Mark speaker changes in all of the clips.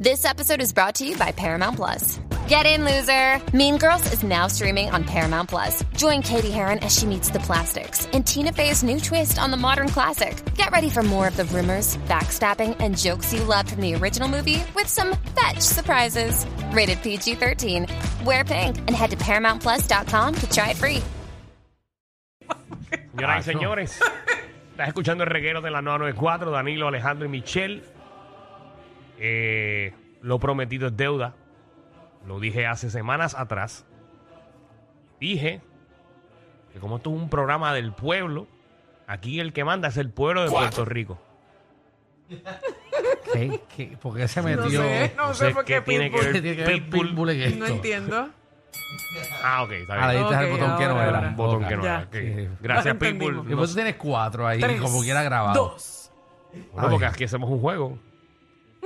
Speaker 1: This episode is brought to you by Paramount Plus. Get in, loser! Mean Girls is now streaming on Paramount Plus. Join Katie Heron as she meets the plastics and Tina Fey's new twist on the modern classic. Get ready for more of the rumors, backstabbing, and jokes you loved from the original movie with some fetch surprises. Rated PG 13. Wear pink and head to ParamountPlus.com to try it free.
Speaker 2: Señoras y señores, estás escuchando el reguero de la 994, Danilo, Alejandro y Michelle. Eh, lo prometido es deuda. Lo dije hace semanas atrás. Dije que como esto es un programa del pueblo, aquí el que manda es el pueblo de Puerto Rico.
Speaker 3: ¿Qué, qué, por qué se metió?
Speaker 4: No sé, no,
Speaker 2: No
Speaker 4: sé,
Speaker 2: sé
Speaker 4: por
Speaker 2: qué
Speaker 4: qué
Speaker 2: tiene
Speaker 4: Pitbull.
Speaker 2: que
Speaker 3: ¿Qué tiene que ver
Speaker 2: Pitbull.
Speaker 3: Pitbull en esto?
Speaker 4: No entiendo.
Speaker 2: Ah, ok, está
Speaker 3: Ah, le
Speaker 2: bien.
Speaker 3: diste al
Speaker 4: Ok,
Speaker 3: botón que no
Speaker 4: ahora,
Speaker 3: era.
Speaker 4: ahora.
Speaker 2: Botón
Speaker 3: Ok.
Speaker 2: que no
Speaker 4: Ya.
Speaker 2: era, ok.
Speaker 3: Sí.
Speaker 2: Gracias,
Speaker 4: Ahora entendimos.
Speaker 2: Pitbull.
Speaker 3: Y
Speaker 2: No,
Speaker 3: vos tienes cuatro ahí,
Speaker 4: Tres,
Speaker 3: como quiera grabado.
Speaker 4: Dos.
Speaker 2: bueno,
Speaker 3: Ay.
Speaker 2: porque aquí hacemos un juego.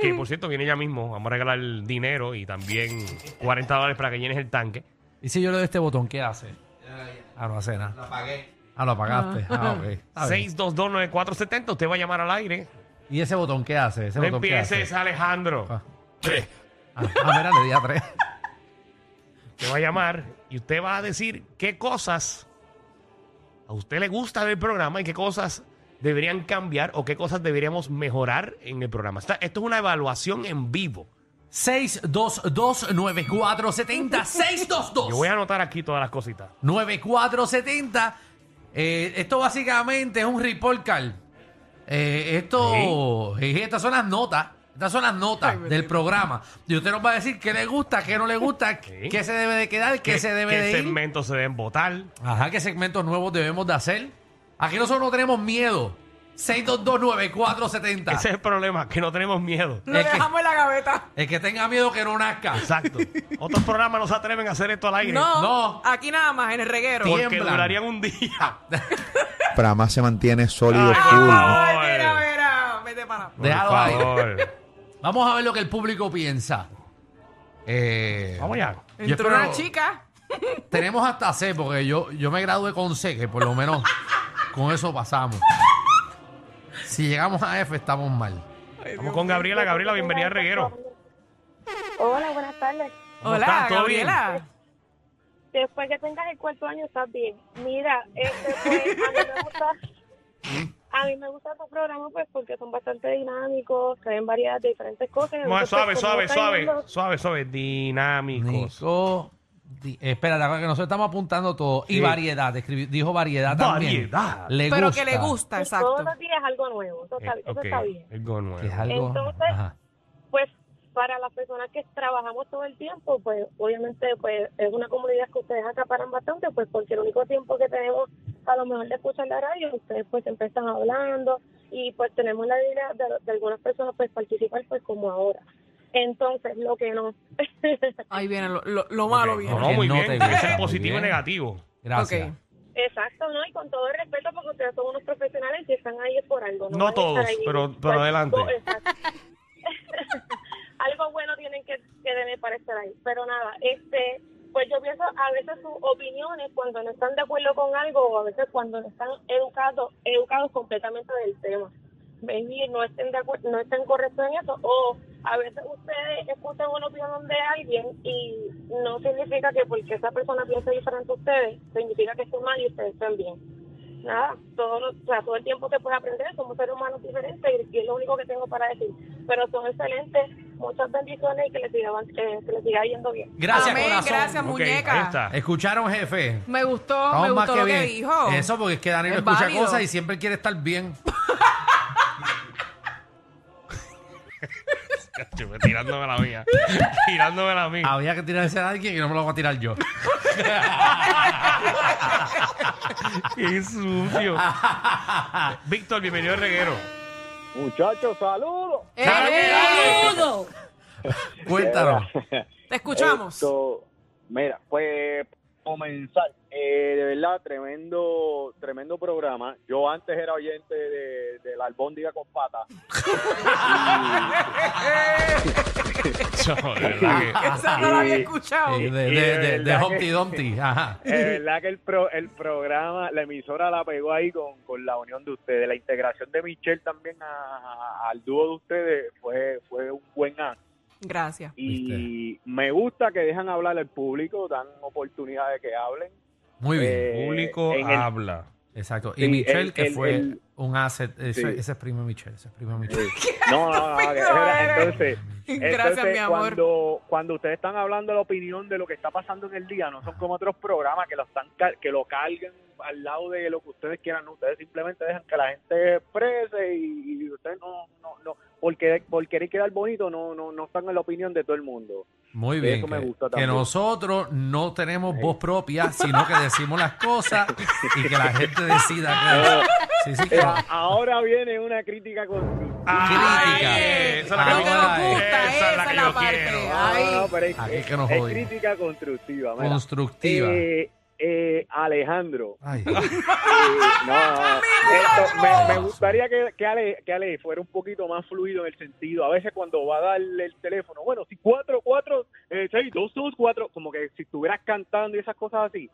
Speaker 2: Que
Speaker 4: Mm.
Speaker 2: por cierto viene ya mismo. Vamos a regalar dinero y también 40 dólares para que llenes el tanque.
Speaker 3: ¿Y si yo le doy este botón, qué hace? Ah, no hace nada. Lo apagué. Ah, lo apagaste. Ah, ok. Está bien.
Speaker 2: 6229470. Usted va a llamar al aire.
Speaker 3: ¿Y ese botón qué hace? Ese
Speaker 2: No
Speaker 3: botón qué hace?
Speaker 2: empieces, Alejandro.
Speaker 3: Ah. Ah, ah, mira, le di a tres.
Speaker 2: Te va a llamar y usted va a decir qué cosas a usted le gusta del programa y qué cosas deberían cambiar o qué cosas deberíamos mejorar en el programa. Está- esto es una evaluación en vivo.
Speaker 3: 622-9470.
Speaker 2: Yo voy
Speaker 3: 622.
Speaker 2: a anotar aquí todas las cositas.
Speaker 3: 9470. Eh, esto básicamente es un report card. Eh, esto, eh, estas son las notas. Estas son las notas del programa. Y usted nos va a decir qué le gusta, qué no le gusta,
Speaker 2: Sí.
Speaker 3: qué se debe de quedar, qué, se debe de ir.
Speaker 2: segmentos se deben votar?
Speaker 3: Ajá, qué segmentos nuevos debemos de hacer. Aquí nosotros no tenemos miedo. 6229470.
Speaker 2: Ese es el problema, que no tenemos miedo.
Speaker 4: Lo
Speaker 3: Es que-
Speaker 4: dejamos en la gaveta.
Speaker 3: El que tenga miedo que no nazca.
Speaker 2: Exacto. Otros programas no se atreven a hacer esto al aire.
Speaker 4: No,
Speaker 3: No. Ah.
Speaker 4: aquí nada más, en el reguero.
Speaker 3: Sí.
Speaker 2: porque
Speaker 3: tiemblan.
Speaker 2: durarían un día.
Speaker 5: Pero más se mantiene sólido,
Speaker 6: Ah,
Speaker 4: Ay,
Speaker 2: Ay, Uy.
Speaker 5: full.
Speaker 4: mira, mira, vete para.
Speaker 2: Por
Speaker 3: Déjalo ahí.
Speaker 2: favor.
Speaker 3: Vamos a ver lo que el público piensa. Eh,
Speaker 2: Vamos ya.
Speaker 3: Yo
Speaker 4: Entró
Speaker 3: espero-
Speaker 4: una chica.
Speaker 3: Tenemos hasta C, porque yo, yo me gradué con C, que por lo menos con eso pasamos. Si llegamos a F, estamos mal.
Speaker 2: Vamos con Gabriela. Gabriela, bienvenida al reguero.
Speaker 7: Hola, buenas tardes.
Speaker 2: ¿Cómo
Speaker 4: Hola,
Speaker 2: estás? ¿Todo bien?
Speaker 4: Gabriela.
Speaker 7: Después que tengas el cuarto año, estás bien. Mira, este, pues, a, mí me gusta, a mí me gusta tu programa pues porque son bastante dinámicos, traen variedad de diferentes cosas.
Speaker 2: Bueno,
Speaker 7: Entonces,
Speaker 2: suave,
Speaker 7: como
Speaker 2: suave,
Speaker 7: está
Speaker 2: suave,
Speaker 7: yendo-
Speaker 2: suave, suave, dinámicos.
Speaker 3: Nico. di- Espérate, acuérdate que nosotros estamos apuntando todo. Y
Speaker 2: Sí.
Speaker 3: variedad, escribi- dijo variedad también.
Speaker 2: Variedad.
Speaker 3: Le
Speaker 4: Pero
Speaker 3: gusta.
Speaker 4: que le gusta,
Speaker 7: pues,
Speaker 4: exacto.
Speaker 7: Todos los días algo nuevo. Eso está,
Speaker 2: Eh,
Speaker 7: eso
Speaker 2: ok,
Speaker 7: está bien.
Speaker 2: algo
Speaker 3: Que es
Speaker 2: nuevo.
Speaker 3: algo-
Speaker 7: Entonces-
Speaker 3: ajá.
Speaker 7: Pues para las personas que trabajamos todo el tiempo, pues obviamente pues es una comunidad que ustedes acaparan bastante, pues porque el único tiempo que tenemos a lo mejor de escuchar la radio, ustedes pues siempre están hablando y pues tenemos la idea de, de algunas personas pues participar pues como ahora. Entonces, lo que no...
Speaker 4: Ahí viene lo, lo- lo malo.
Speaker 2: Ok,
Speaker 4: viene.
Speaker 2: No, no, muy
Speaker 3: Que no
Speaker 2: bien.
Speaker 3: te
Speaker 2: Tiene que
Speaker 3: gusta,
Speaker 2: ser
Speaker 3: muy
Speaker 2: positivo y
Speaker 3: bien.
Speaker 2: negativo.
Speaker 3: Gracias.
Speaker 4: Ok.
Speaker 7: Exacto, ¿no? Y con todo el respeto, porque ustedes son unos profesionales y están ahí es por algo.
Speaker 2: No
Speaker 7: Van a estar
Speaker 2: todos,
Speaker 7: ahí-
Speaker 2: pero- pero
Speaker 4: Pues,
Speaker 2: adelante.
Speaker 7: exacto. algo bueno tienen que, que tener para estar ahí. Pero nada, este, pues yo pienso a veces sus opiniones cuando no están de acuerdo con algo o a veces cuando no están educados, educados completamente del tema. Maybe no estén de acuerdo, no estén correctos en eso o a veces ustedes escuchan una opinión de alguien y no significa que porque esa persona piensa diferente a ustedes, significa que estén mal y ustedes estén bien. Nada, todo, lo- o sea, todo el tiempo se puede aprender, somos seres humanos diferentes y, y es lo único que tengo para decir. Pero son excelentes, muchas bendiciones y que les siga, avan- eh, que les siga yendo bien.
Speaker 3: Gracias,
Speaker 4: Amén,
Speaker 3: corazón.
Speaker 4: gracias,
Speaker 2: Ok,
Speaker 4: muñeca.
Speaker 2: ahí está.
Speaker 3: Escucharon, jefe.
Speaker 4: Me gustó,
Speaker 3: Estamos
Speaker 4: me
Speaker 3: más
Speaker 4: gustó
Speaker 3: que
Speaker 4: lo que
Speaker 3: bien.
Speaker 4: dijo.
Speaker 3: Eso porque es que Danilo
Speaker 4: Es
Speaker 3: escucha
Speaker 4: válido.
Speaker 3: cosas y siempre quiere estar bien.
Speaker 2: Yo tirándome la mía. tirándome la mía.
Speaker 3: Había que tirarse a alguien y no me lo voy a tirar yo.
Speaker 2: Qué sucio. Víctor, bienvenido al reguero.
Speaker 5: Muchachos, saludos.
Speaker 4: ¡Eh!
Speaker 2: ¡Saludos!
Speaker 3: Cuéntanos.
Speaker 4: Te escuchamos.
Speaker 6: Esto, mira, pues comenzar, eh, de verdad, tremendo, tremendo programa. Yo antes era oyente de, de la albóndiga con pata.
Speaker 2: Chavo, de verdad que-
Speaker 4: Esa no la había escuchado.
Speaker 3: Sí, de,
Speaker 6: Y
Speaker 3: de,
Speaker 6: de
Speaker 3: de, de
Speaker 6: verdad
Speaker 3: Humpty Dumpty. Ajá.
Speaker 6: Es Eh, verdad que el, pro- el programa, la emisora la pegó ahí con, con la unión de ustedes. La integración de Michelle también a- a- al dúo de ustedes fue, fue un buen acto.
Speaker 4: Gracias.
Speaker 6: Y me gusta que dejan hablar al público, dan oportunidad de que hablen.
Speaker 3: Muy bien.
Speaker 6: Eh,
Speaker 8: Público
Speaker 6: en el-
Speaker 8: habla.
Speaker 3: Exacto. Y
Speaker 6: sí,
Speaker 3: Michelle,
Speaker 6: el-
Speaker 3: que
Speaker 6: el-
Speaker 3: fue
Speaker 6: el-
Speaker 3: un asset. Ese,
Speaker 6: Sí.
Speaker 3: ese es primo Michelle. Ese es primo Michelle.
Speaker 6: No, no, no, que-
Speaker 4: eres.
Speaker 6: entonces,
Speaker 4: Gracias,
Speaker 6: entonces,
Speaker 4: mi amor.
Speaker 6: Cuando, cuando ustedes están hablando la opinión de lo que está pasando en el día, no son como otros programas que lo, están, cal- que lo cargan al lado de lo que ustedes quieran. no. Ustedes simplemente dejan que la gente exprese y, y ustedes no, no, no, porque por querer quedar bonito, no, no, no están en la opinión de todo el mundo.
Speaker 3: Muy
Speaker 6: Eso
Speaker 3: bien.
Speaker 6: me
Speaker 3: que-
Speaker 6: gusta
Speaker 3: que,
Speaker 6: también.
Speaker 3: nosotros no tenemos voz propia, sino que decimos las cosas y que la gente decida. Sí, sí, que
Speaker 6: Eh, a- ahora viene una crítica con...
Speaker 2: Ay,
Speaker 3: Crítica.
Speaker 2: esa es la que
Speaker 3: Lo
Speaker 2: yo-
Speaker 3: que nos
Speaker 4: gusta,
Speaker 2: esa es la
Speaker 4: esa
Speaker 2: que
Speaker 4: es la
Speaker 2: yo
Speaker 4: parte.
Speaker 2: quiero.
Speaker 6: No, no, no, Ah, pero es,
Speaker 3: Aquí es que
Speaker 6: es-
Speaker 3: nos
Speaker 6: es
Speaker 3: jodimos.
Speaker 6: crítica constructiva. mira.
Speaker 3: Constructiva.
Speaker 6: Eh, eh, Alejandro.
Speaker 3: Ay.
Speaker 6: eh, no, no, esto- me, me gustaría que, que, Ale, que Ale fuera un poquito más fluido en el sentido. A veces cuando va a darle el teléfono, bueno, si cuatro, cuatro, eh, seis, dos, dos, cuatro, como que si estuvieras cantando y esas cosas así.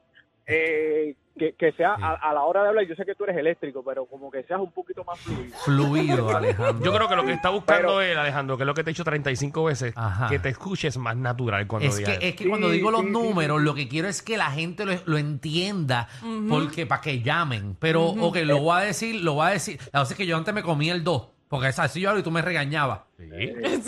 Speaker 6: eh, que, que sea a, a la hora de hablar, yo sé que tú eres eléctrico, pero como que seas un poquito más fluido.
Speaker 3: Fluido, Alejandro.
Speaker 2: Yo creo que lo que está buscando
Speaker 6: Pero-
Speaker 2: él, Alejandro, que es lo que te he dicho 35 veces,
Speaker 3: Ajá.
Speaker 2: que te escuches más natural cuando
Speaker 3: Es
Speaker 2: digas
Speaker 3: que, es que
Speaker 6: Sí,
Speaker 3: cuando digo los
Speaker 6: sí, sí,
Speaker 3: números, lo que quiero es que la gente lo, lo entienda, porque para que llamen. Pero, ok, lo voy a decir, lo voy a decir. La cosa es que yo antes me comí el 2, porque es así yo hablo y tú me regañabas.
Speaker 2: Sí.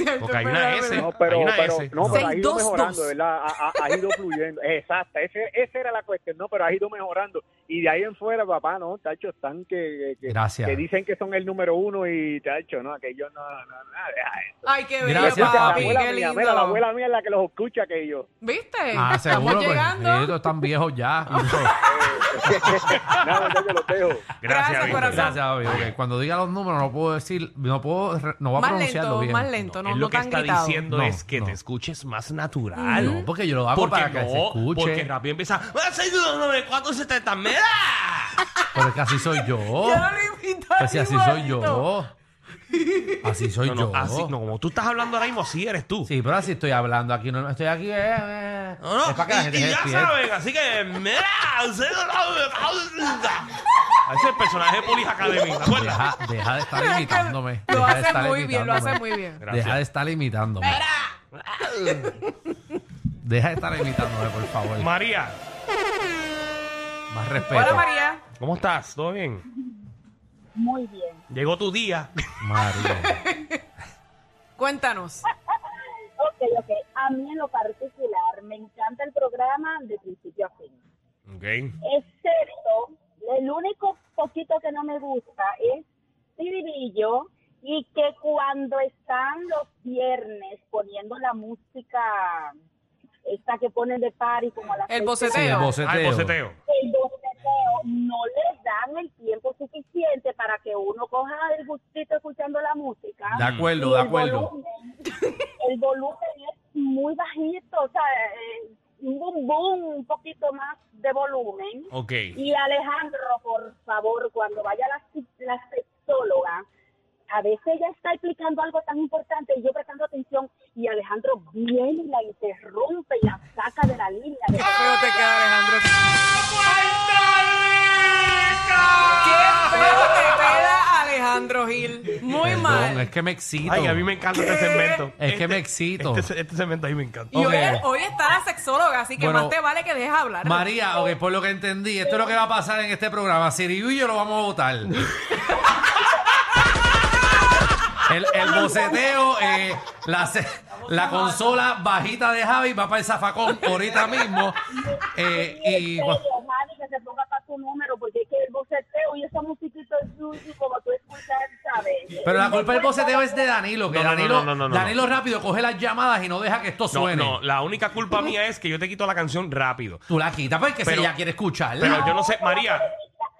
Speaker 2: Porque hay una S.
Speaker 6: No, pero,
Speaker 2: hay una
Speaker 6: pero,
Speaker 2: S.
Speaker 6: no, pero ha ido
Speaker 4: 622.
Speaker 6: mejorando, de ¿verdad? Ha, ha- ha ido fluyendo. Exacto, ese- esa era la cuestión, ¿no? Pero ha ido mejorando. Y de ahí en fuera, papá, no, tacho, están que, que,
Speaker 3: Gracias.
Speaker 6: que dicen que son el número uno y tacho, no, aquello no, no, no, deja eso.
Speaker 4: Ay, qué bello,
Speaker 3: Gracias,
Speaker 6: Mira, la
Speaker 4: papi.
Speaker 6: abuela
Speaker 4: Qué
Speaker 6: mía,
Speaker 4: lindo.
Speaker 6: mira, la abuela mía es la que los escucha que yo.
Speaker 4: ¿Viste?
Speaker 3: Ah, seguro,
Speaker 4: Estamos
Speaker 3: pues.
Speaker 4: llegando.
Speaker 3: Ellos están viejos ya.
Speaker 6: Nada, yo te lo dejo.
Speaker 4: Gracias,
Speaker 2: Víctor.
Speaker 4: corazón.
Speaker 3: Gracias, Javi. Ok, Cuando diga los números no puedo decir, no puedo, re- no voy a
Speaker 4: Más
Speaker 3: pronunciarlo
Speaker 4: lento,
Speaker 3: bien.
Speaker 4: más lento. No,
Speaker 2: Él
Speaker 4: no
Speaker 2: lo que
Speaker 4: tan
Speaker 2: está
Speaker 4: gritado.
Speaker 2: diciendo
Speaker 3: No,
Speaker 2: es que
Speaker 3: no.
Speaker 2: te escuches más natural.
Speaker 3: No, porque yo lo hago
Speaker 2: Porque
Speaker 3: para que se escuche.
Speaker 2: Porque rápido empieza. "Ah, seis, dos, nueve, cuatro, setenta, me da".
Speaker 3: Pero es que así soy yo.
Speaker 4: Ya lo invitaron
Speaker 3: Pues si así soy yo. Así soy
Speaker 2: No, no,
Speaker 3: yo.
Speaker 2: así, no, como tú estás hablando ahora mismo, así eres tú.
Speaker 3: Sí, pero así estoy hablando aquí. No, no estoy aquí. eh, eh.
Speaker 2: No, no,
Speaker 3: es para que la
Speaker 2: y-
Speaker 3: gente
Speaker 2: y,
Speaker 3: se
Speaker 2: ya
Speaker 3: despierte.
Speaker 2: saben, así que me da, seis, dos, nueve, cuatro, setenta. Ese es el personaje de Police Academy, ¿te acuerdas?
Speaker 3: Deja, deja de estar imitándome.
Speaker 4: Lo
Speaker 3: Deja de
Speaker 4: hace
Speaker 3: estar
Speaker 4: muy bien, lo hace
Speaker 3: imitándome.
Speaker 4: muy bien.
Speaker 2: Gracias.
Speaker 3: Deja de estar imitándome. Deja de estar imitándome, por favor.
Speaker 2: María,
Speaker 3: Más respeto.
Speaker 4: Hola, María.
Speaker 2: ¿cómo estás? ¿Todo bien?
Speaker 7: Muy bien.
Speaker 2: Llegó tu día.
Speaker 3: María.
Speaker 4: Cuéntanos.
Speaker 7: Ok, ok. A mí en lo particular me encanta el programa de principio a fin.
Speaker 2: Ok.
Speaker 7: Excepto, el único poquito que no me gusta es Ciribillo y que cuando están los viernes poniendo la música esta que ponen de party como a las
Speaker 4: El
Speaker 7: seis de la
Speaker 3: Sí,
Speaker 4: Boceteo.
Speaker 3: el boceteo.
Speaker 2: Ah, el boceteo.
Speaker 7: el boceteo, no les dan el tiempo suficiente para que uno coja el gustito escuchando la música.
Speaker 3: De acuerdo,
Speaker 7: Y
Speaker 3: de
Speaker 7: el
Speaker 3: acuerdo.
Speaker 7: volumen- El volumen es muy bajito, o sea, eh, un boom boom, un poquito más de volumen.
Speaker 2: Ok.
Speaker 7: Y Alejandro, por favor, cuando vaya la, si- la sexóloga, a veces ella está explicando algo tan importante y yo prestando atención y Alejandro viene y la interrumpe y la saca de la línea. de-
Speaker 4: feo te queda, Alejandro. ¡Qué feo te queda, Alejandro Gil! Muy
Speaker 3: Perdón,
Speaker 4: mal.
Speaker 3: Es que me excito.
Speaker 2: Ay, a mí me encanta este segmento.
Speaker 3: Es que
Speaker 2: Este-
Speaker 3: me excito.
Speaker 2: Este, este segmento a mí me encanta.
Speaker 4: Y
Speaker 3: Ok.
Speaker 4: hoy, hoy está la sexóloga, así que
Speaker 3: Bueno,
Speaker 4: más te vale que dejes hablar.
Speaker 3: María, ok, por lo que entendí, esto es lo que va a pasar en este programa. Siriu y yo lo vamos a votar. El, el boceteo, eh, la, se- la consola bajita de Javi va para el zafacón ahorita mismo. Eh, y
Speaker 7: En serio, Javi, que se ponga para tu número, porque es que el boceteo y esa musiquita es yuyu, como tú escuchas, ¿sabes?
Speaker 3: Pero la culpa del boceteo es de Danilo, que
Speaker 2: No, no, no,
Speaker 3: Danilo,
Speaker 2: no, no, no,
Speaker 3: Danilo rápido coge las llamadas y no deja que esto
Speaker 2: no,
Speaker 3: suene. Ah.
Speaker 2: no, la única culpa mía es que yo te quito la canción rápido.
Speaker 3: Tú la quitas porque si
Speaker 2: Pero-
Speaker 3: ella quiere escucharla.
Speaker 2: Pero yo no sé, María.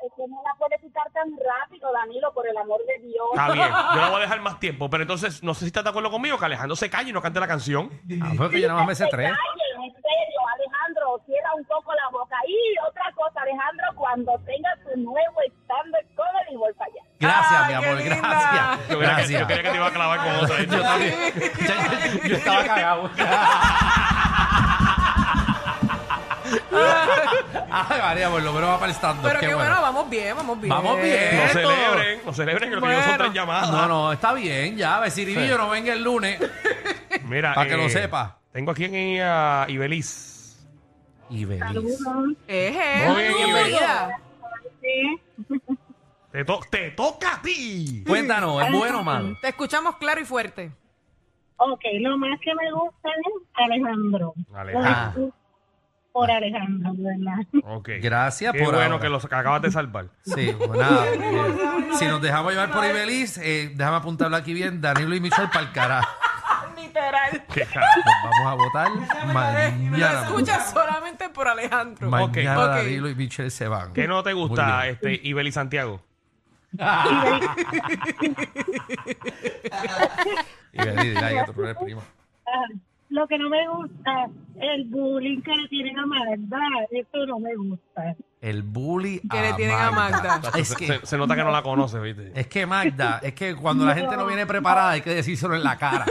Speaker 7: Es que no la puedes quitar tan tan rápido, Danilo, por el amor de Dios.
Speaker 2: Está bien, yo no voy a dejar más tiempo, pero entonces no sé si estás de acuerdo conmigo que Alejandro se calle y no cante la canción.
Speaker 3: Ah, fue que yo nada más me sé
Speaker 7: Se
Speaker 3: tres.
Speaker 7: callen, en serio, Alejandro, cierra un poco la boca. Y otra cosa, Alejandro, cuando tenga tu nuevo stand-up comedy, voy para allá.
Speaker 3: Gracias,
Speaker 4: Ay,
Speaker 3: mi
Speaker 4: qué
Speaker 3: amor,
Speaker 4: linda.
Speaker 3: gracias.
Speaker 2: Yo creía, que, yo creía
Speaker 3: Gracias.
Speaker 2: que te iba a clavar con otra.
Speaker 3: Yo también. Ya- ya- Yo estaba cagado. Ay, María, por lo menos va para el stand-up.
Speaker 4: Pero
Speaker 3: qué
Speaker 4: qué bueno, vamos bien, vamos bien.
Speaker 3: Vamos bien.
Speaker 2: No
Speaker 3: Esto.
Speaker 2: celebren, no celebren, que lo que yo son
Speaker 4: Bueno.
Speaker 2: tres llamadas.
Speaker 3: No, no, está bien, ya. Veciribillo
Speaker 2: Sí.
Speaker 3: no venga el lunes.
Speaker 2: Mira, eh,
Speaker 3: Pa' que lo sepa.
Speaker 2: Tengo aquí en eh, a Ibeliz.
Speaker 3: Y Belis.
Speaker 4: Eje,
Speaker 2: Muy bien,
Speaker 4: bienvenida.
Speaker 2: Te, to- te toca a ti.
Speaker 3: Cuéntanos, ¿es bueno o malo?
Speaker 4: Te escuchamos claro y fuerte.
Speaker 7: Ok, lo más que me gusta es Alejandro.
Speaker 3: Ah,
Speaker 7: Por Alejandro, de verdad.
Speaker 2: Ok.
Speaker 3: Gracias
Speaker 2: Qué
Speaker 3: por
Speaker 2: bueno
Speaker 3: ahora.
Speaker 2: que los acabas de salvar.
Speaker 3: Sí, pues nada. eh, si nos dejamos llevar por Ibeliz, eh, déjame apuntarlo aquí bien, Danilo y Michelle para el carajo.
Speaker 4: Literal.
Speaker 2: Qué caro.
Speaker 3: Nos vamos a votar
Speaker 4: Lo
Speaker 3: mañana.
Speaker 4: escuchas solamente por Alejandro.
Speaker 3: Mañana
Speaker 2: Ok.
Speaker 3: Danilo y Michelle se van.
Speaker 2: ¿Qué no te
Speaker 3: Muy
Speaker 2: gusta,
Speaker 3: bien.
Speaker 2: este, Ibeliz Santiago?
Speaker 3: Ibeliz, dile ahí que tú eres primo.
Speaker 7: Lo que no me gusta, el bullying que le tienen a Magda, eso no me gusta.
Speaker 3: El bully
Speaker 4: Que le tienen
Speaker 3: Ah,
Speaker 4: a Magda.
Speaker 3: Es que,
Speaker 2: Se, se nota que no la conoces, ¿viste?
Speaker 3: es que Magda, es que cuando la gente no viene preparada hay que decírselo en la cara.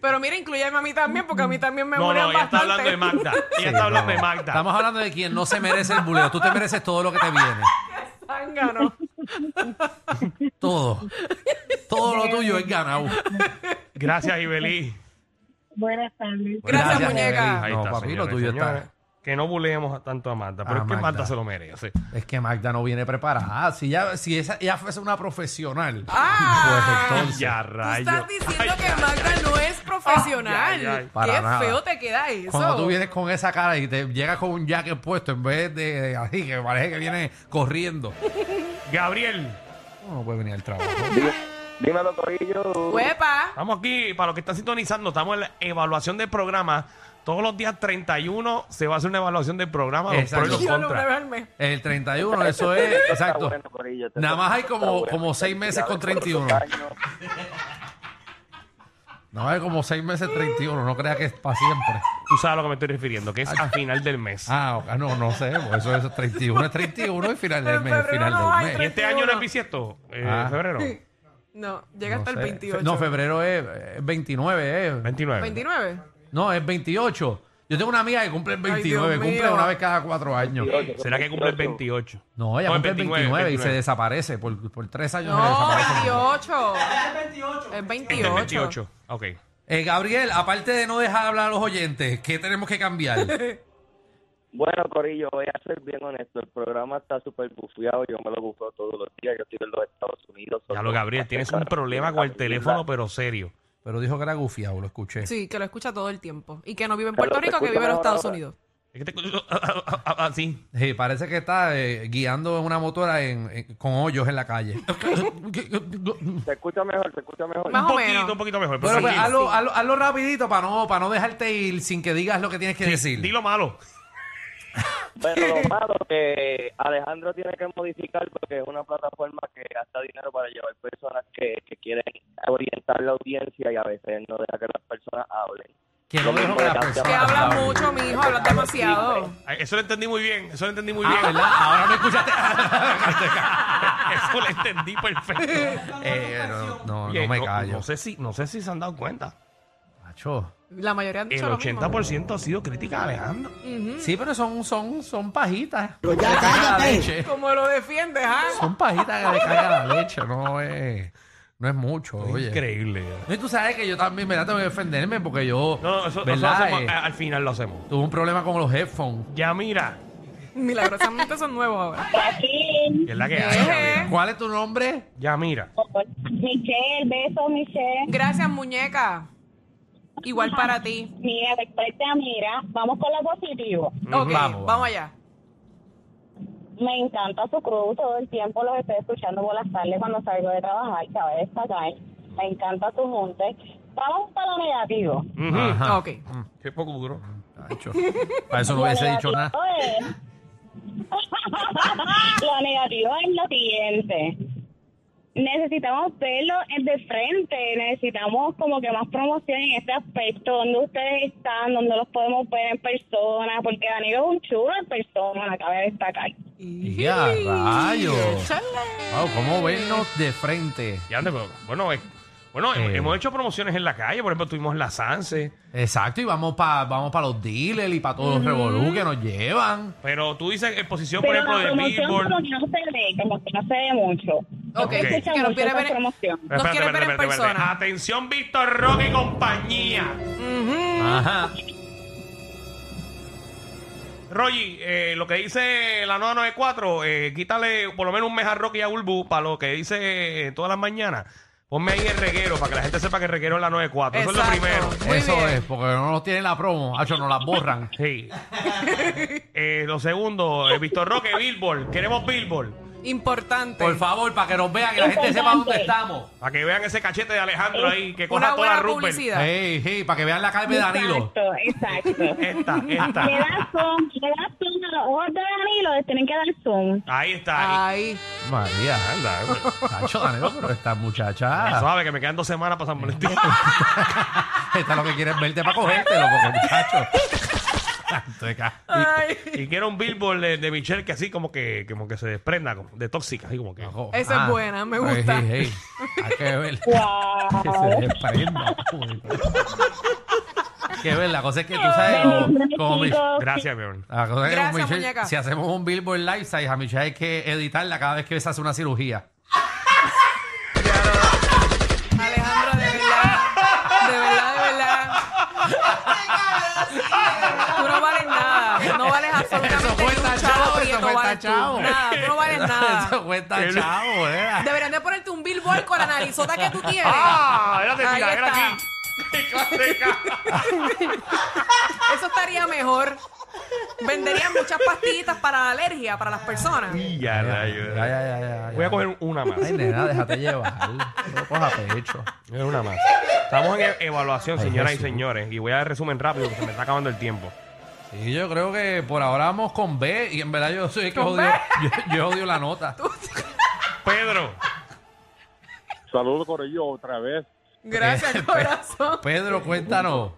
Speaker 4: Pero mira, incluyeme a mí también, porque a mí también me
Speaker 2: No,
Speaker 4: bullean
Speaker 2: no, ella está
Speaker 4: bastante.
Speaker 2: hablando de Magda. Ella
Speaker 3: Sí,
Speaker 2: está hablando
Speaker 3: no.
Speaker 2: de Magda.
Speaker 3: Estamos hablando de quien no se merece el buleo. Tú te mereces todo lo que te viene.
Speaker 4: Zángano.
Speaker 3: Todo. Todo lo tuyo es ganado.
Speaker 2: Gracias, Ibeliz.
Speaker 7: Buenas tardes.
Speaker 4: Gracias, muñeca.
Speaker 3: Ibeliz.
Speaker 2: Ahí
Speaker 3: No,
Speaker 2: está,
Speaker 3: papi, lo
Speaker 2: señores,
Speaker 3: tuyo
Speaker 2: señores.
Speaker 3: está.
Speaker 2: Que no buleemos tanto a Magda, pero
Speaker 3: A
Speaker 2: es que Magda
Speaker 3: Magda.
Speaker 2: se lo merece.
Speaker 3: Es que Magda no viene preparada. Ah, Si ella, si esa, ella fuese una profesional,
Speaker 4: Ah.
Speaker 3: pues entonces.
Speaker 2: Ya,
Speaker 4: Tú
Speaker 2: rayo.
Speaker 4: estás diciendo
Speaker 2: Ay,
Speaker 4: que Magda no es
Speaker 2: Ay, ay, ay.
Speaker 4: profesional.
Speaker 3: Para nada.
Speaker 4: Ah, Qué feo te queda eso.
Speaker 3: Cuando tú vienes con esa cara y te llegas con un jacket puesto en vez de, de así, que parece que viene corriendo.
Speaker 2: Gabriel,
Speaker 3: Uno no puede venir al trabajo.
Speaker 6: Dímelo, Corillo.
Speaker 4: Huepa.
Speaker 2: estamos aquí, para los que están sintonizando, estamos en la evaluación del programa. Todos los días 31 se va a hacer una evaluación del programa, los
Speaker 3: Exacto.
Speaker 2: pros y los
Speaker 4: Yo lo
Speaker 2: contras.
Speaker 3: El 31, eso es. Exacto. Nada más hay como, como seis meses con 31. Nada más hay como seis meses 31. No creas que es para siempre.
Speaker 2: Tú sabes a lo que me estoy refiriendo, que es a final del mes.
Speaker 3: Ah, ok, no, no sé. pues Eso es 31, es 31 y final del
Speaker 4: En
Speaker 3: mes.
Speaker 4: febrero
Speaker 3: Final
Speaker 4: no
Speaker 3: del
Speaker 4: hay
Speaker 3: mes.
Speaker 2: ¿Y este año no es
Speaker 4: 31.
Speaker 2: bisiesto? Eh,
Speaker 3: Ah.
Speaker 2: ¿Febrero?
Speaker 4: No, llega hasta
Speaker 3: sé.
Speaker 4: el 28.
Speaker 3: No, febrero es eh, 29. eh.
Speaker 2: 29.
Speaker 4: 29.
Speaker 3: No, es 28. Yo tengo una amiga que cumple el
Speaker 4: Ay,
Speaker 3: 29,
Speaker 4: Dios
Speaker 3: cumple
Speaker 4: mío.
Speaker 3: una vez cada cuatro años.
Speaker 2: ¿Será que cumple el 28?
Speaker 3: No, ella
Speaker 2: No,
Speaker 3: cumple el 29, y
Speaker 2: 29.
Speaker 3: se desaparece. Por, por tres años se
Speaker 4: No,
Speaker 3: desaparece.
Speaker 4: 28. Es 28.
Speaker 2: El
Speaker 4: Es
Speaker 2: 28. Ok.
Speaker 3: Eh, Gabriel, aparte de no dejar hablar a los oyentes, ¿qué tenemos que cambiar?
Speaker 8: Bueno, Corillo, voy a ser bien honesto. El programa está súper bufiado. Yo me lo bufeo todos los días. Yo estoy en los Estados Unidos.
Speaker 2: Ya lo, Gabriel, tienes un problema con el teléfono, pero serio.
Speaker 3: Pero dijo que era gufiado, lo escuché.
Speaker 4: Sí, que lo escucha todo el tiempo. Y que no vive en
Speaker 8: Carlos,
Speaker 4: Puerto
Speaker 8: ¿te
Speaker 4: Rico, que
Speaker 8: escuchas
Speaker 4: vive en los
Speaker 8: ahora,
Speaker 4: Estados
Speaker 8: ahora?
Speaker 4: Unidos.
Speaker 2: Es que te... ah, Así.
Speaker 3: Sí, parece que está eh, guiando una motora en- en- con hoyos en la calle.
Speaker 8: Se escucha mejor, se escucha mejor.
Speaker 4: Más
Speaker 2: un
Speaker 4: o
Speaker 2: poquito,
Speaker 4: menos.
Speaker 2: un poquito mejor. pero
Speaker 3: bueno, pues
Speaker 2: tranquilo.
Speaker 3: hazlo, hazlo- hazlo rapidito para no, para no dejarte ir sin que digas lo que tienes que decir.
Speaker 2: Di lo malo.
Speaker 8: Pero lo malo que Alejandro tiene que modificar porque es una plataforma que gasta dinero para llevar personas que, que quieren orientar la audiencia y a veces no deja que las personas hablen.
Speaker 3: que no dejo que la persona...
Speaker 4: Que habla mucho, mijo, habla demasiado.
Speaker 2: Ay, Eso lo entendí muy bien. Eso lo entendí muy
Speaker 3: Ah,
Speaker 2: bien.
Speaker 3: ¿verdad? Ahora no escuchaste.
Speaker 2: Eso lo entendí perfecto.
Speaker 3: Eh, no, no,
Speaker 2: Oye,
Speaker 3: no me callo.
Speaker 2: No sé, si, no sé si se han dado cuenta.
Speaker 3: Macho.
Speaker 4: La mayoría han
Speaker 2: El
Speaker 4: dicho lo mismo.
Speaker 2: 80% ha sido crítica a Alejandro.
Speaker 3: Mm. Sí, pero son, son, son pajitas. ya cállate.
Speaker 4: Como lo defiendes, ¿ah?
Speaker 3: Son pajitas que le caga la leche, no es, no es mucho, oye.
Speaker 2: Increíble.
Speaker 3: No, Y tú sabes que yo también, ¿verdad? Tengo que defenderme porque yo,
Speaker 2: No, eso, eso lo
Speaker 3: ¿verdad?
Speaker 2: hacemos,
Speaker 3: Eh,
Speaker 2: a- al final lo hacemos.
Speaker 3: tuve un problema con los headphones.
Speaker 2: Ya mira,
Speaker 4: Milagrosamente son nuevos ahora.
Speaker 7: Aquí,
Speaker 2: que es la que hay. Gabriel.
Speaker 4: Eje.
Speaker 3: ¿Cuál es tu nombre?
Speaker 2: Ya mira.
Speaker 7: Michelle, besos, Michelle.
Speaker 4: Gracias, muñeca. Igual para ti.
Speaker 7: Mira, respeta, mira, vamos con lo positivo.
Speaker 4: Ok,
Speaker 3: vamos.
Speaker 4: vamos, vamos allá.
Speaker 7: Me encanta su crew, todo el tiempo los estoy escuchando por las tardes cuando salgo de trabajar, cabe destacar. Me encanta su junte. Vamos para lo negativo.
Speaker 2: Ujú.
Speaker 3: Ajá.
Speaker 4: Ok.
Speaker 2: Qué poco duro.
Speaker 3: Tacho, Para eso no hubiese dicho nada.
Speaker 7: Lo negativo es-
Speaker 9: La negativa es lo siguiente. Necesitamos verlo en- de frente, necesitamos como que más promoción en este aspecto, donde ustedes están, donde los podemos ver en persona, porque Danilo es un chulo en persona, cabe destacar.
Speaker 3: ¡Ya, rayos! Wow, ¿Cómo vernos de frente?
Speaker 2: Ya, pero, bueno, eh, bueno hem- hemos hecho promociones en la calle, por ejemplo, tuvimos la Sanse.
Speaker 3: Exacto, y vamos para vamos pa los dealers y para todos los
Speaker 2: Ujú.
Speaker 3: revolú que nos llevan.
Speaker 2: Pero tú dices en posición, por
Speaker 9: Pero
Speaker 2: ejemplo,
Speaker 9: la
Speaker 2: de
Speaker 9: promoción
Speaker 2: Billboard.
Speaker 9: como que no se ve, como que no se ve mucho. No
Speaker 2: Ok.
Speaker 9: se escucha
Speaker 2: Que nos
Speaker 9: mucho
Speaker 2: quiere
Speaker 9: esa
Speaker 2: ver en-
Speaker 9: promoción.
Speaker 2: Espérate, espérate, espérate, espérate. Atención, Víctor Roque y compañía.
Speaker 3: Ajá.
Speaker 2: Rogi, eh, lo que dice la 994, eh, quítale por lo menos un mes a Rocky y a Ulbu para lo que dice eh, todas las mañanas. Ponme ahí el reguero para que la gente sepa que el reguero es la 94. Eso es lo
Speaker 3: Exacto.
Speaker 2: primero.
Speaker 3: Eso es, porque no nos tienen la promo. Hacho, nos las borran.
Speaker 2: Sí. Eh, lo segundo, eh, Víctor Roque, Billboard. Queremos Billboard.
Speaker 4: Importante.
Speaker 3: Por favor, para que nos vean, que la gente sepa dónde estamos.
Speaker 2: Para que vean ese cachete de Alejandro ahí, que
Speaker 3: Una
Speaker 2: coja toda
Speaker 3: buena
Speaker 2: la Rupert. Eh,
Speaker 3: publicidad. Ey, ey, para que vean la calva de Danilo.
Speaker 9: Exacto, exacto.
Speaker 2: Esta, esta.
Speaker 9: Le das zoom, le das zoom a los ojos de Danilo, les tienen que dar Ah. zoom.
Speaker 2: Ahí está. Ahí.
Speaker 3: María,
Speaker 2: anda. eh,
Speaker 3: Hacho, Danilo, pero esta muchacha.
Speaker 2: Suave, que me quedan dos semanas para San Valentín.
Speaker 3: Esta es lo que quieres verte para cogértelo, porque muchacho. Tanto de ca-
Speaker 2: Y, y quiero un billboard de, de Michelle que así como que, como que se desprenda como de tóxica, así como que.
Speaker 4: Esa
Speaker 3: Ah.
Speaker 4: es buena, me gusta.
Speaker 3: Ey, ey, Pues hay que ver. Que
Speaker 9: Wow.
Speaker 3: se desprenda. que ver, la cosa es que tú sabes como, como mi-
Speaker 2: Gracias, mi amor.
Speaker 3: la cosa es que
Speaker 4: Gracias,
Speaker 3: Michelle,
Speaker 4: muñeca.
Speaker 3: si hacemos un billboard life size, a Michelle hay que editarla cada vez que se hace una cirugía.
Speaker 4: Alejandro, de verdad. De verdad, de verdad. Tú no vales nada. No vales absolutamente
Speaker 3: Eso fue
Speaker 4: ni un
Speaker 3: tachado,
Speaker 4: chavo
Speaker 3: eso
Speaker 4: prieto
Speaker 3: fue
Speaker 4: vales tú.
Speaker 3: tachado.
Speaker 4: Nada, tú no vales nada.
Speaker 3: Eso fue tan chavo, ¿eh?
Speaker 4: Deberían de ponerte un billboard con la narizota que tú tienes.
Speaker 2: Ah, era de
Speaker 4: Ahí
Speaker 2: tiradera
Speaker 4: está.
Speaker 2: aquí.
Speaker 4: Eso estaría mejor. Venderían muchas pastillitas para la alergia, para las personas.
Speaker 2: Ya,
Speaker 3: Ya, ya, ya, ya,
Speaker 2: Voy
Speaker 3: ya.
Speaker 2: a coger una más.
Speaker 3: Ay, nena, déjate llevar. No cojas pecho.
Speaker 2: Voy a coger una más. Estamos en e- evaluación,
Speaker 3: Ay,
Speaker 2: señoras y
Speaker 3: Jesús.
Speaker 2: señores. Y voy a dar resumen rápido porque se me está acabando el tiempo.
Speaker 3: Sí, yo creo que por ahora vamos con B y en verdad yo soy el que
Speaker 4: ¿Con
Speaker 3: odio,
Speaker 4: B?
Speaker 3: yo, yo odio la nota.
Speaker 2: Pedro.
Speaker 10: Saludos, Corillo, otra vez.
Speaker 4: Gracias, corazón.
Speaker 3: Pedro, cuéntanos.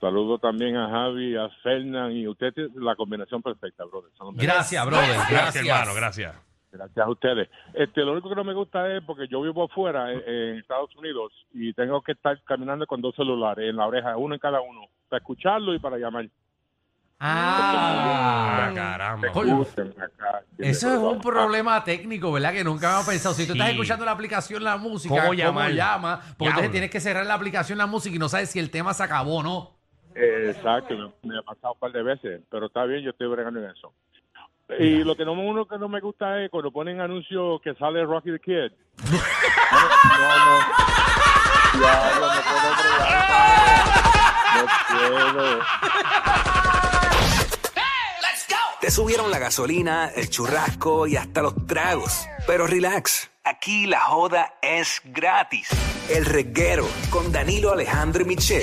Speaker 10: Saludo también a Javi, a Fernán y usted es la combinación perfecta, brother. Son los
Speaker 3: Gracias,
Speaker 10: mejores.
Speaker 3: brother.
Speaker 2: Gracias,
Speaker 3: Gracias.
Speaker 2: hermano, gracias.
Speaker 10: Gracias a ustedes. Este, lo único que no me gusta es porque yo vivo afuera en, en Estados Unidos y tengo que estar caminando con dos celulares en la oreja, uno en cada uno, para escucharlo y para llamar.
Speaker 2: Ah,
Speaker 3: Ah,
Speaker 2: caramba.
Speaker 3: Coño,
Speaker 10: Acá,
Speaker 3: Eso es un problema técnico, ¿verdad? Que nunca habíamos pensado. Si tú estás
Speaker 2: Sí.
Speaker 3: escuchando la aplicación, la música,
Speaker 2: ¿Cómo
Speaker 3: ¿cómo,
Speaker 2: llamar?
Speaker 3: llama? Porque
Speaker 2: Diablo.
Speaker 3: entonces tienes que cerrar la aplicación, la música y no sabes si el tema se acabó o no.
Speaker 10: Eh, Exacto, me, me ha pasado un par de veces, pero está bien, yo estoy bregando en eso. Y lo que no, uno que no me gusta es cuando ponen anuncios que sale Rocky the Kid. no, no. Diablo, no puedo bregar. No puedo.
Speaker 11: Te subieron la gasolina, el churrasco y hasta los tragos. Pero relax, aquí la joda es gratis. El reguero con Danilo Alejandro y Michel,